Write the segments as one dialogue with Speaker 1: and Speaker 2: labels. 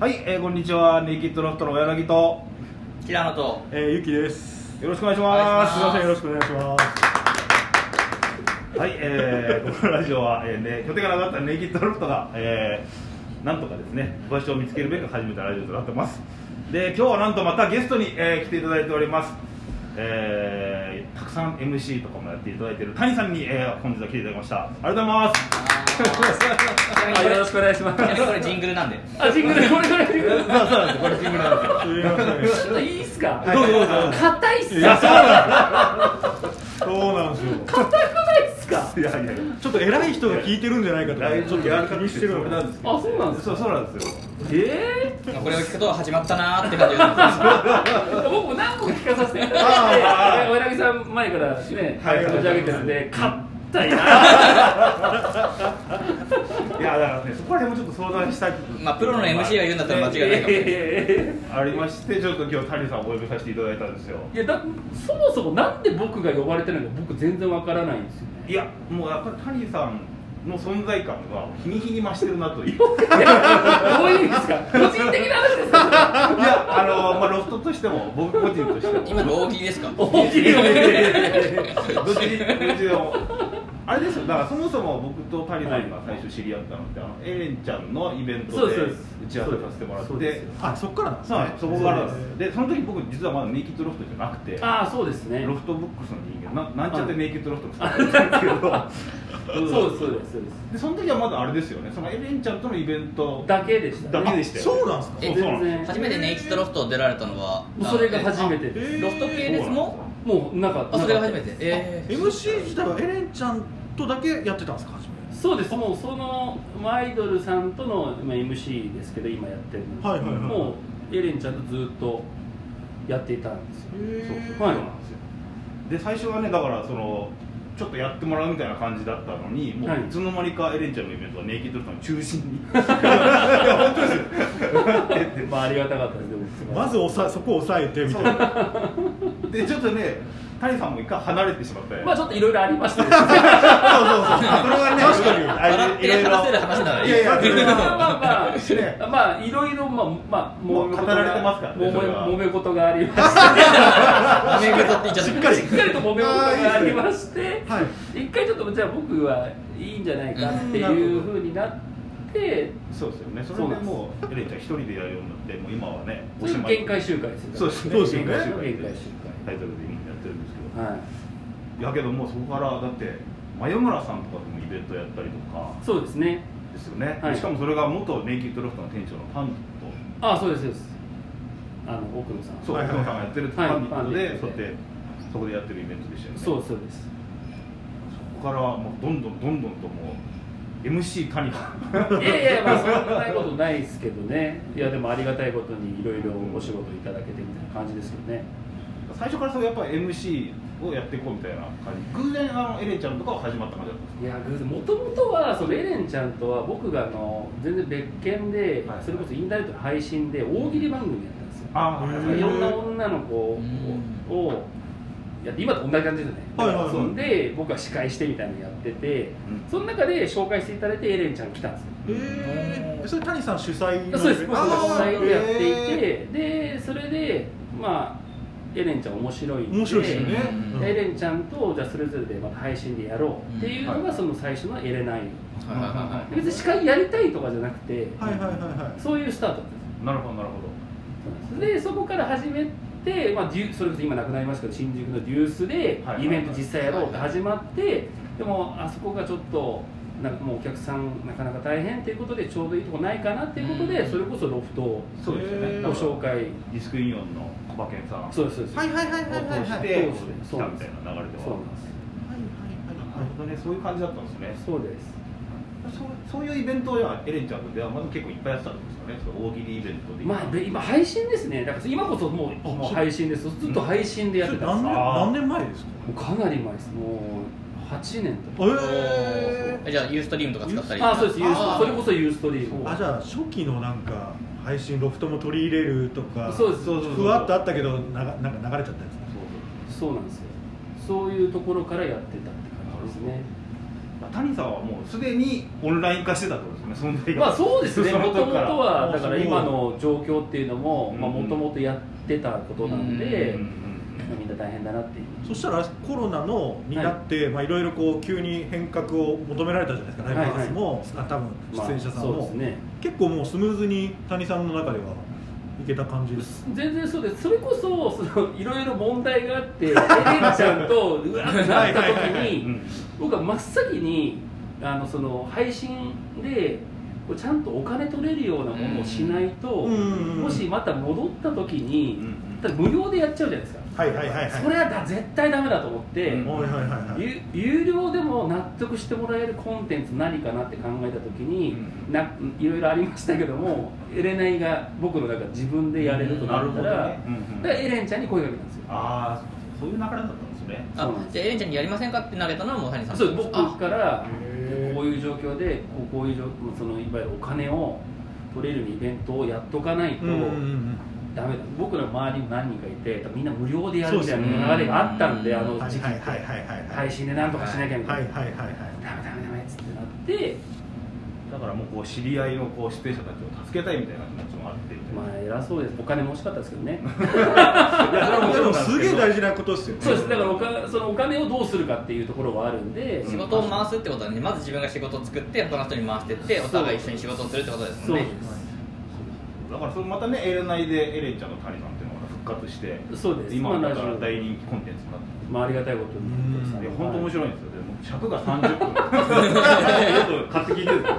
Speaker 1: はい、えー、こんにちはネイキッドロフトの柳と、
Speaker 2: 平野と
Speaker 3: えー、ゆきです。
Speaker 1: よろしくお願いし
Speaker 2: お願
Speaker 1: ま
Speaker 2: い
Speaker 1: す
Speaker 2: し
Speaker 3: すみません、よろしくお願いします。
Speaker 1: はい、えー、このラジオは、えーね、拠点がなかったネイキッドロフトが、えー、なんとかですね場所を見つけるべく始めたラジオとなってますで今日はなんとまたゲストに、えー来ていただいておりますえー、たくさん MC とかもやっていただいている谷さんに、えー、本日は来ていただきましたありがとうございます
Speaker 2: あ
Speaker 3: よろしくお願いし
Speaker 2: ち
Speaker 3: ます。
Speaker 2: なみにこれジングルなんで
Speaker 4: あ、ジングル、これこれ、これ
Speaker 1: そうそうなんですこれチームなんですよ
Speaker 3: すみませ
Speaker 4: ちょっといいっすか。
Speaker 1: どうぞどうぞどうぞ
Speaker 4: 硬いっす
Speaker 1: いや
Speaker 4: か。
Speaker 1: そうなん
Speaker 3: ん。そうなんですよ。
Speaker 4: 硬くないっすか。
Speaker 1: ですいやいやいや
Speaker 3: ちょっと偉い人が聞いてるんじゃないかと思って。
Speaker 1: ちょっとやらかくしてるなんですけど
Speaker 4: あ、そうなんですか。
Speaker 1: そうそうなんですよ
Speaker 4: え
Speaker 2: これを聞くと始まったなーって感じが
Speaker 4: え僕も何個か聞かさせていただい
Speaker 1: あ
Speaker 4: て、お柳さん前からね、
Speaker 1: はい
Speaker 4: 持ち上げてるんで、硬いな。
Speaker 1: いやだからねそこら辺もちょっと相談したい
Speaker 2: まあプロの MC が言うんだったら間違いないかもしれない
Speaker 4: ええ
Speaker 1: ありましてちょっと今日谷さんをお呼びさせていただいたんですよ
Speaker 4: いや、だ、そもそもなんで僕が呼ばれてるのか、僕全然わからないんですよね。
Speaker 1: いやもうやっぱり谷さんの存在感が日に日に増してるなというい
Speaker 4: いやどういう意味ですか。個人的な話ですか。
Speaker 1: やあのまあロフトとしても僕個人としても
Speaker 2: 今の大喜利ですか
Speaker 4: 大きいよね。
Speaker 1: どっちにどっちでもあれですよだからそもそも僕と谷さんが最初知り合ったのって、あのエレンちゃんのイベントで
Speaker 4: そう
Speaker 1: 打
Speaker 4: ですそうです
Speaker 1: ち合わせさせてもらって
Speaker 4: そうです
Speaker 3: あ、そっからなんです
Speaker 1: そうなん
Speaker 3: ね
Speaker 1: ですそこからなんですでその時僕実はまだネイキッドロフトじゃなくて
Speaker 4: あ、そうですね
Speaker 1: ロ。フトブックスの人間ななんちゃってネイキッドロフトの人なんですけ
Speaker 4: そ
Speaker 1: ど
Speaker 4: うです、そうです、そうです。
Speaker 1: でその時はまだあれですよねそのエレンちゃんとのイベント
Speaker 4: だけでした、
Speaker 1: だけでしたよ
Speaker 3: そうなんですか。
Speaker 2: え
Speaker 1: そうなんです
Speaker 4: 全然
Speaker 2: 初めてネイキッドロフト出られたのは
Speaker 4: もうそれが初めて
Speaker 3: え
Speaker 4: です
Speaker 3: ー
Speaker 2: ロフト系列も
Speaker 4: もうなんか
Speaker 2: あそれが初めてええ
Speaker 3: MC 自体はエレンちゃんとだけやってたんですか。初め
Speaker 4: そうですもうそのアイドルさんとのまあ MC ですけど今やってるの、
Speaker 3: はいはいはい
Speaker 4: もうエレンちゃんとずっとやっていたんですよ
Speaker 1: そうそうそう
Speaker 4: はい
Speaker 1: なんですよで最初はねだからそのちょっとやってもらうみたいな感じだったのにも
Speaker 4: は
Speaker 1: う
Speaker 4: い
Speaker 1: いつの間にかエレンちゃんのイベントはネイキッドロフトの中心にいや本当ですよ出て
Speaker 4: まあありがたかったですでも
Speaker 3: まずおさ、 そこを抑えてみたいな。
Speaker 1: そうでちょっとね谷さんも一回離れてしまって
Speaker 4: まあちょっといろいろありましたけどまあ
Speaker 1: そうそうそう。それはね、確かに。
Speaker 2: 笑って話せる話ならいい
Speaker 1: いやいや、
Speaker 4: まあ
Speaker 1: ね
Speaker 4: まあまあいろいろまあまあ
Speaker 1: もう
Speaker 4: 揉め事
Speaker 1: 語ら
Speaker 4: が
Speaker 1: れてますからねそれは
Speaker 4: 揉め揉め事がありまし て
Speaker 2: めぐって言っちゃった
Speaker 4: しっかりと揉め事がありまして
Speaker 3: はい。
Speaker 4: 一回ちょっとじゃあ僕はいいんじゃないかっていうふうになって
Speaker 1: そうですよね。それでもうエレンちゃん一人でやるようになって、もう今はね、
Speaker 4: そういう限界集会ですよ
Speaker 1: そうですね。
Speaker 3: そうですよね
Speaker 1: 限界集会
Speaker 4: 限界集会
Speaker 1: タイトルで今やってるんですけ
Speaker 4: はい
Speaker 1: ど。やけどもうそこからだって真夜村さんとかともイベントやったりとか
Speaker 4: そうですね。
Speaker 1: ですよね。
Speaker 4: はい
Speaker 1: しかもそれが元ネイキッドロフトの店長のパンディッ
Speaker 4: あそうですそうです。あの奥野さん。
Speaker 1: ト、そう、
Speaker 3: はい
Speaker 1: 奥
Speaker 3: はい
Speaker 1: 野さんがやってるパンディット
Speaker 4: は
Speaker 1: で、
Speaker 4: い
Speaker 1: そうやってそこでやってるイベントでしたよね。
Speaker 4: そうそう です。
Speaker 1: そこからもうどんどんどんどんともう MC 谷が。
Speaker 4: いやいやまあそんなことないですけどね。いやでもありがたいことにいろいろお仕事いただけてみたいな感じですけどね。
Speaker 1: 最初からそうやっぱ MC をやっていこうみたいな感じ偶然あのエレンちゃんとかは始まった感じだったんです
Speaker 4: いや偶然もともとはそのエレンちゃんとは僕があの全然別件で、
Speaker 1: はい
Speaker 4: それこそインターネットの配信で大喜利番組やったんですよ。
Speaker 1: あ
Speaker 3: ー
Speaker 4: いろんな女の子を
Speaker 2: うん
Speaker 4: をやって今と同じ感じですね、
Speaker 3: はいはいはい
Speaker 4: そんで僕は司会してみたいなのやってて、
Speaker 1: うん
Speaker 4: その中で紹介していただいてエレンちゃん来たんですよ
Speaker 3: ええ。それ谷さん主催の。
Speaker 4: そうです僕が
Speaker 3: あー
Speaker 4: 主催をやってい
Speaker 3: え
Speaker 4: て、でそれでまあエレンちゃん面白いん
Speaker 3: ー面白いですよね。
Speaker 2: うん
Speaker 4: エレンちゃんとじゃあそれぞれでまた配信でやろうっていうの
Speaker 1: は
Speaker 4: がその最初のエレナイン
Speaker 2: はいはいはいはい
Speaker 4: 別に司会やりたいとかじゃなくて、
Speaker 3: はいはいはいはい。
Speaker 4: そういうスタートだったんです
Speaker 1: なるほどなるほど
Speaker 4: でそこから始めて、まあ、デュそれこそ今なくなりましたけど新宿のデュースで
Speaker 1: はい
Speaker 4: イベント実際やろうって始まってでもあそこがちょっとなんかもうお客さんなかなか大変っていうことでちょうどいいとこないかなっていうことで
Speaker 2: うん
Speaker 4: それこそロフトを
Speaker 1: そうですよね
Speaker 3: へー
Speaker 4: ご紹介
Speaker 1: ディスクユニオンの小馬健さんを通
Speaker 4: そうですそうです、
Speaker 3: はいはいはいはいはい
Speaker 1: し
Speaker 3: はい。
Speaker 1: て
Speaker 4: そうです
Speaker 1: 来たみたいな流れで
Speaker 4: そう
Speaker 1: は
Speaker 4: なんです
Speaker 1: なるほどねそういう感じだったんですね
Speaker 4: そうです
Speaker 1: そうそういうイベントではエレンちゃんとではまず結構いっぱいやってたんですよねその大喜利イベントで
Speaker 4: まあで今配信ですねだから今こそもう
Speaker 3: あ
Speaker 4: もう配信ですずっと配信でやってた
Speaker 3: 何
Speaker 4: んで
Speaker 3: 年
Speaker 1: あー
Speaker 3: 何年前ですか。
Speaker 4: すもうかなり前ですもう8年とか
Speaker 3: え
Speaker 2: えじゃあユーストリームとか使ったり
Speaker 4: あそうですユース
Speaker 3: あー
Speaker 4: それこそユーストリーム
Speaker 3: あじゃあ初期のなんか配信ロフトも取り入れるとか
Speaker 4: そうです
Speaker 1: そうそうそう
Speaker 3: ふわっとあったけどながなんか流れちゃったやつ
Speaker 1: そう
Speaker 4: そうなんですよ。そういうところからやってたって感じですね。
Speaker 1: そう谷さんはもうすでにオンライン化してたってことですね存在が
Speaker 4: まあそうですね
Speaker 1: そ
Speaker 4: も
Speaker 1: の
Speaker 4: と
Speaker 1: 時
Speaker 4: もと
Speaker 1: から
Speaker 4: は
Speaker 3: あ
Speaker 4: だから
Speaker 3: そう
Speaker 4: 今の状況っていうのも
Speaker 1: うん
Speaker 4: もともとやってたことなん
Speaker 1: うん
Speaker 4: で、
Speaker 1: うん
Speaker 4: みんな大変だなっていう
Speaker 3: そしたらコロナのになって、いまあ、いろいろこう急に変革を求められたじゃないですかライブハウスも、あ多分
Speaker 4: まあ
Speaker 3: 出演者さん
Speaker 4: そうで
Speaker 3: も、
Speaker 4: すね
Speaker 3: 結構もうスムーズに谷さんの中ではいけた感じです
Speaker 4: 全然そうですそれこそそのいろいろ問題があ ってエレンちゃんとうわーって なった時
Speaker 1: うんう
Speaker 4: に
Speaker 1: ん
Speaker 4: 僕は真っ先にあのその配信でこうちゃんとお金取れるようなものをしないと、
Speaker 3: うんうんうん
Speaker 4: もしまた戻った時
Speaker 1: う
Speaker 4: に、
Speaker 1: ん
Speaker 4: ただ無料でやっちゃうじゃないですか、
Speaker 3: はいはいはいはい
Speaker 4: それはだ絶対ダメだと思って、
Speaker 1: うん
Speaker 3: はいはいはいはい
Speaker 4: ゆ有料でも納得してもらえるコンテンツ何かなって考えた時に、
Speaker 1: うん
Speaker 4: ないろいろありましたけどもエレナイが僕の中で自分でやれるとなったら,、
Speaker 1: うんうん
Speaker 4: だからエレンちゃんに声かけたんですよ
Speaker 1: ああそういう流れだったんですね
Speaker 2: あじゃあエレンちゃんにやりませんかって投げたのはもう谷さん
Speaker 4: そう僕
Speaker 2: あ
Speaker 4: から
Speaker 3: へー
Speaker 4: こういう状況でこうこういう状そのいわゆるお金を取れるようにイベントをやっとかないと
Speaker 3: うんうんうん
Speaker 4: ダメだ、僕らの周りにも何人かいてみんな無料でやるみたい
Speaker 2: そうです
Speaker 4: な
Speaker 2: ね
Speaker 4: 流れがあったんであの
Speaker 3: はい
Speaker 4: 時期
Speaker 3: はいはいはいはいはい
Speaker 4: 配信でなんとかしなきゃみた
Speaker 3: はいい
Speaker 4: な
Speaker 3: はいはいはい
Speaker 4: ダメダメダメっつってなって
Speaker 1: だからもうこう知り合いのこう出演者たちを助けたいみたいな気持ちもあってみたいな
Speaker 4: まあ偉そうですお金も欲しかったですけどね
Speaker 1: いやそれはもちろんなんです
Speaker 3: でも
Speaker 1: け
Speaker 3: げえ
Speaker 1: ど
Speaker 3: 大事なことですよね
Speaker 4: そうですだからおかそのお金をどうするかっていうところはあるんで
Speaker 2: 仕事を回すってことなんでまず自分が仕事を作って他の人に回してってお互い一緒に仕事をするってことです
Speaker 4: そ
Speaker 2: も
Speaker 4: うん
Speaker 2: ね
Speaker 4: です
Speaker 1: だからそれまたねエレナイでエレンちゃんの谷さんっていうのが復活して
Speaker 4: そうです
Speaker 1: 今はだか
Speaker 4: ま
Speaker 1: ら
Speaker 4: あ
Speaker 1: 大人気コンテンツになって
Speaker 4: まあありがたいことに
Speaker 3: うん
Speaker 1: いや本当面白いんですよでも尺が30分 よく買って聞いてるんです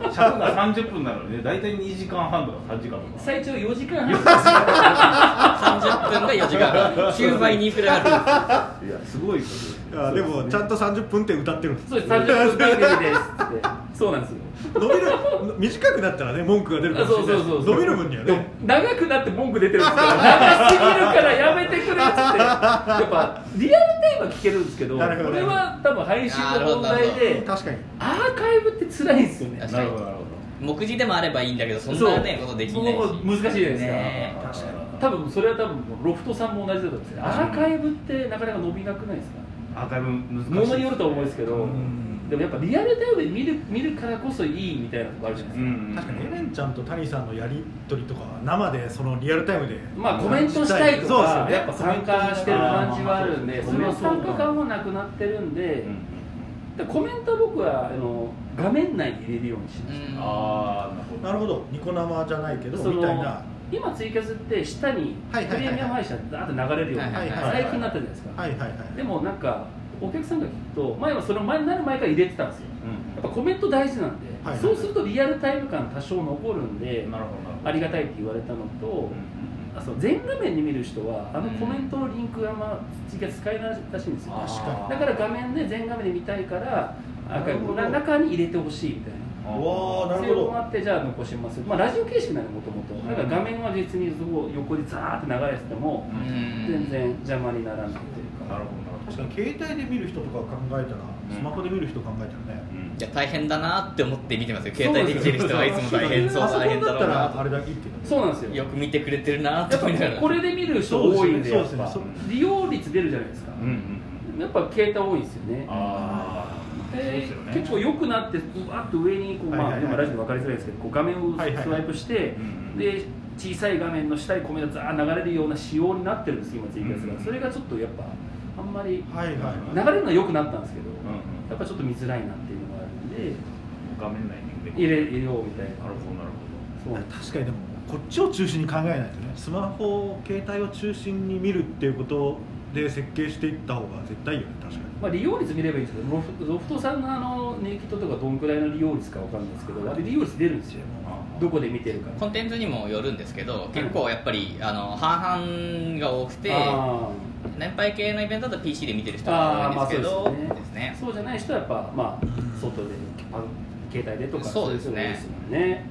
Speaker 1: けど尺が30分なのでね大体2時間半とか3時間とか
Speaker 4: 最長4時間半
Speaker 2: 30分が4時間9倍 に膨れ上が
Speaker 1: いやすごいことです
Speaker 3: いやでもちゃんと30分って歌ってるんです
Speaker 4: そうです30分番組ですってそうなんですよ
Speaker 3: 伸びる 短くなったらね文句が出るかもしれない
Speaker 4: そうそうそうそう
Speaker 3: 伸びる分には
Speaker 4: で
Speaker 3: ね
Speaker 4: も長くなって文句出てるんですけど長すぎるからやめてくれっつってやっぱリアルタイムは聞けるんですけどこ
Speaker 3: なるほど
Speaker 4: れは多分配信の問題で
Speaker 3: 確かに
Speaker 4: アーカイブって辛いんですよね
Speaker 2: る
Speaker 1: なるほどなるほ
Speaker 2: 目次でもあればいいんだけどそんなねことできないし
Speaker 4: そう難しいじゃないですか
Speaker 2: ね
Speaker 1: ど確かに
Speaker 4: 多分それは多分ロフトさんも同じだと思うんですよアーカイブってなかなか伸びなくないですか
Speaker 1: アーカイブ難しい
Speaker 4: ものによるとは思うんですけど、
Speaker 3: うん
Speaker 4: でもやっぱリアルタイムで見る見るからこそいいみたいなとこあるじゃないうですか、
Speaker 1: ん
Speaker 3: 確かにエレンちゃんと谷さんのやり取りとかは生でそのリアルタイムで
Speaker 4: まあコメントしたいとか
Speaker 3: そうですよね
Speaker 4: やっぱ参加してる感じはあるんで
Speaker 1: コメ
Speaker 4: そ
Speaker 1: ン
Speaker 4: の
Speaker 1: ト
Speaker 4: 参加感もなくなってるんで
Speaker 1: うん、
Speaker 4: でコメントは僕はあの画面内に入れるようにしま
Speaker 2: う
Speaker 4: し
Speaker 2: ん
Speaker 1: ああなるほど
Speaker 3: なるほどニコ生じゃないけ
Speaker 4: た、
Speaker 3: ど
Speaker 4: そ
Speaker 3: みたい
Speaker 4: の
Speaker 3: な
Speaker 4: 今ツイキャスって下にプ
Speaker 3: はいはいはい
Speaker 4: レミアム配信がダーッと流れるように、
Speaker 2: はい
Speaker 3: はいはい
Speaker 4: 最近になったじゃないですか、
Speaker 3: はいはいはい
Speaker 4: でもなんかお客さんが聞くと前はその前になる前から入れてたんですよやっぱコメント大事なんで、
Speaker 3: はいはい
Speaker 4: そうするとリアルタイム感多少残るんで
Speaker 1: うんなるほどなるほど
Speaker 4: ありがたいって言われたのと
Speaker 1: う、ん
Speaker 4: あそう全画面で見る人はあのコメントのリンクがあんま次が使えないらしいんですよ
Speaker 1: 確かに
Speaker 4: だから画面で全画面で見たいから
Speaker 3: なるほど
Speaker 4: な中に入れてほしいみたいな
Speaker 1: うん
Speaker 3: うわーな
Speaker 4: そうい
Speaker 3: るほど
Speaker 4: うのもあってじゃあ残しますまあラジオ形式なのもともとだから画面は別にそこ横にザーって流れてても
Speaker 2: うん
Speaker 4: 全然邪魔にならないというか
Speaker 1: なるほどなるほ
Speaker 3: 確
Speaker 1: ど
Speaker 3: かに携帯で見る人とか考えたらスマホで見る人考えたらね
Speaker 1: うん
Speaker 2: いや大変だなって思って見てますよ携帯できてる人はいつも大変そう
Speaker 3: パソコ
Speaker 2: 大
Speaker 3: ン
Speaker 2: 変だ
Speaker 3: だっ
Speaker 2: ろ
Speaker 3: た
Speaker 2: う
Speaker 3: ら
Speaker 2: な
Speaker 3: あれだけいいっていう
Speaker 4: そうなんですよ
Speaker 2: よく見てくれてるなって
Speaker 4: やっ
Speaker 2: 思いなが
Speaker 4: ぱ
Speaker 2: ら
Speaker 4: これで見る人多いんで
Speaker 3: そう
Speaker 4: や
Speaker 3: で
Speaker 4: っ
Speaker 3: すね
Speaker 4: ぱ
Speaker 3: そう
Speaker 1: ですね
Speaker 4: 利用率出るじゃないですか
Speaker 1: うんうんうん
Speaker 4: やっぱ携帯多いんですよね
Speaker 1: ああ、そうで
Speaker 4: です
Speaker 1: よね。
Speaker 4: 結構良くなってうわっと上にこう、ま
Speaker 3: はい
Speaker 4: あ、
Speaker 3: はいはい
Speaker 4: 今ラジオ分かりづらいですけどこう画面をス
Speaker 3: はいはいはい
Speaker 4: ワイプして、
Speaker 1: んうん
Speaker 4: で小さい画面の下にコメントがザー流れるような仕様になってるんです今ツイキャスが、
Speaker 1: うんうん
Speaker 4: それがちょっとやっぱあんまり
Speaker 3: はいはいはい
Speaker 4: 流れるのは良くなったんですけど、
Speaker 1: うんうん
Speaker 4: やっぱちょっと見づらいなっていうのがあるんで
Speaker 1: 画面内に
Speaker 4: 入
Speaker 1: れ。
Speaker 4: れ入れようみたい
Speaker 1: なる
Speaker 4: な
Speaker 1: ほどなる
Speaker 4: そうなんです
Speaker 3: 確かにでもこっちを中心に考えないとねスマホ携帯を中心に見るっていうことで設計していった方が絶対いいよね確かに
Speaker 4: まあ、利用率見ればいいんですけどロフロフトさんのあのネイキッドとかどんくらいの利用率かわかんないですけどあれ利用率出るんですよ
Speaker 1: ほ
Speaker 4: ど
Speaker 1: ど。
Speaker 4: こで見てるか
Speaker 2: コンテンツにもよるんですけど結構やっぱりあの半々が多くて
Speaker 4: あー
Speaker 2: 年配系のイベントだと PC で見てる人が多いんですけどですね
Speaker 4: そうじゃない人はやっぱまあ外であの携帯でとか
Speaker 2: そうですね
Speaker 4: そういう人が多いですもんね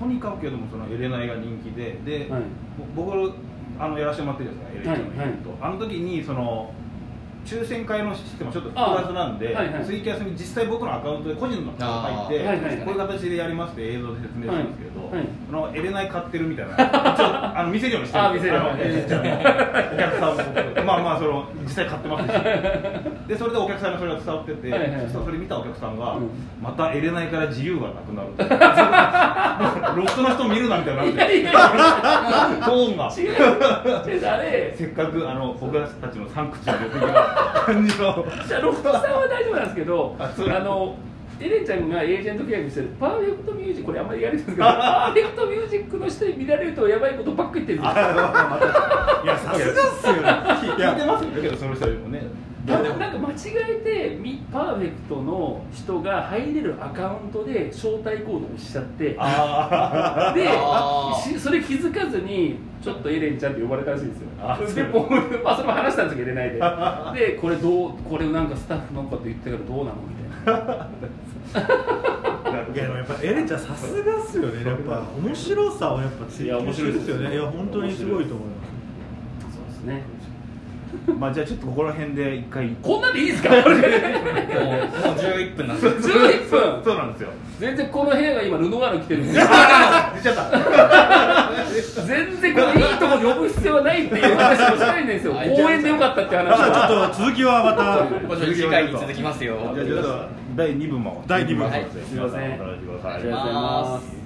Speaker 1: とにかくけどもそのエレナイが人気で、で、
Speaker 4: はい
Speaker 1: ぼ僕あのやらせてもらってるじゃないですか、エレナイのイベント。あの時にその。抽選会のシステムはちょっと複雑なんで、
Speaker 4: あはいはい
Speaker 1: ツイキャスに実際僕のアカウントで個人のアカウントが入って、
Speaker 4: あーはいはい
Speaker 1: こういう形でやりますって映像で説明するんですけど、
Speaker 4: はいはい
Speaker 1: そのエレナイ買ってる みたいな一応あの店にはしてるんですよ
Speaker 4: あ
Speaker 1: の
Speaker 4: 店にはね
Speaker 1: ちゃんのお客さんも僕まあまあその実際買ってますしでそれでお客さんにそれが伝わってて、
Speaker 4: はいはいはい
Speaker 1: そしたらそれ見たお客さんが、
Speaker 4: うん
Speaker 1: またエレナイから自由がなくなるってロフトの人見るなみたいになって
Speaker 4: いやいや
Speaker 1: トーンが
Speaker 4: 違う違うあれ
Speaker 1: せっかくあの僕たちの3口の横な感じの
Speaker 4: じゃあロフトさんは大丈夫なんですけど
Speaker 1: あそう
Speaker 4: あのエレンちゃんがエージェント契約してるパーフェクトミュージックこれあんまりやりたいんですけどパーフェクトミュージックの人に見られるとやばいことばっかり言ってるんですよ
Speaker 1: いやさすがっすよね
Speaker 3: いや
Speaker 1: 聞いてますよねけどその人にもね
Speaker 4: なんかなんか間違えてみパーフェクトの人が入れるアカウントで招待コードを押しちゃって
Speaker 1: あ
Speaker 4: で
Speaker 2: あー
Speaker 4: しそれ気づかずにちょっとエレンちゃんって呼ばれたらしいんですよ
Speaker 1: あ
Speaker 4: で
Speaker 1: そう
Speaker 4: もうまあそれも話したんですけど入れないででこれどうこれなんかスタッフのこと言ってたけどどうなのみたいな
Speaker 1: あ
Speaker 3: いやでもやっぱエレンちゃんさすがっすよねやっぱ面白さをやっぱ追求してるんですよね
Speaker 4: い
Speaker 3: い
Speaker 4: や
Speaker 3: や
Speaker 4: 面白いです
Speaker 3: 本当にすごいと思います
Speaker 4: そうですね
Speaker 1: まあじゃあちょっとここら辺で一回
Speaker 4: こんなんでいいですか
Speaker 2: もうもう11分なんで すよ
Speaker 4: 11分
Speaker 1: そうなんですよ
Speaker 4: 全然この部屋が今ルノワール来てるんですよ
Speaker 1: 出ちゃった
Speaker 4: 全然これいいとこに呼ぶ必要はないっていう話をしたいんですよ公園でよかったって
Speaker 3: じゃ
Speaker 4: 話
Speaker 3: あちょっと続きはまた
Speaker 2: もうちょっと次回に続きますよ
Speaker 1: じゃあちょっと第二部も
Speaker 3: 第二部
Speaker 1: はい
Speaker 2: はい
Speaker 1: すいませんお楽しみください
Speaker 4: ありがとうございます